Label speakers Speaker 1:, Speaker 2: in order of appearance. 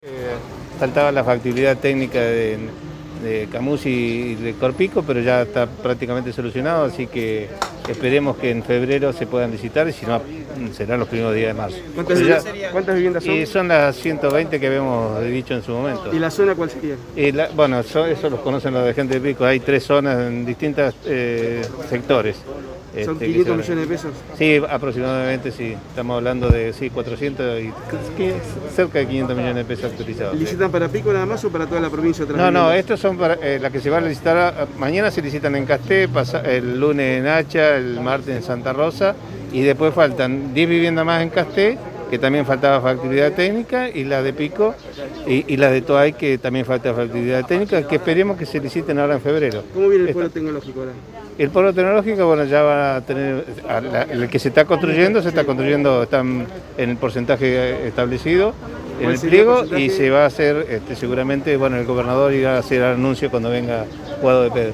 Speaker 1: Eh, faltaba la factibilidad técnica de, de Camus y de Corpico, pero ya está prácticamente solucionado, así que esperemos que en febrero se puedan visitar y si no, serán los primeros días de marzo.
Speaker 2: ¿Cuántas,
Speaker 1: Pero ya-
Speaker 2: viviendas, cuántas viviendas son?
Speaker 1: y son las 120 que habíamos dicho en su momento.
Speaker 2: ¿Y la zona cuál sería?
Speaker 1: Y la- bueno, eso, eso los conocen los de gente de Pico, hay tres zonas en distintos sectores.
Speaker 2: Son
Speaker 1: este, que
Speaker 2: 500
Speaker 1: se-
Speaker 2: millones de pesos.
Speaker 1: Sí, aproximadamente, sí. Estamos hablando de sí, 400 y que- cerca de 500 millones de pesos autorizados.
Speaker 2: ¿Licitan para Pico nada más o para toda la provincia? otras
Speaker 1: No, no,
Speaker 2: viviendas?
Speaker 1: estos son para, eh, las que se van a licitar. ah, Mañana se licitan en Casté, pasa- el lunes en Hacha, el martes en Santa Rosa y después faltan 10 viviendas más en Casté, que también faltaba factibilidad técnica, y la de Pico y, y la de Toay, que también falta factibilidad técnica, que esperemos que se liciten ahora en febrero.
Speaker 2: ¿Cómo viene el pueblo tecnológico ahora?
Speaker 1: El polo tecnológico, bueno, ya va a tener, a la- el que se está construyendo, se está construyendo, están en el porcentaje establecido, en
Speaker 2: ¿Cuál
Speaker 1: el
Speaker 2: sería el
Speaker 1: pliego,
Speaker 2: porcentaje?
Speaker 1: y se va a hacer, este, seguramente, bueno, el gobernador irá a hacer anuncio cuando venga Guado de Pedro.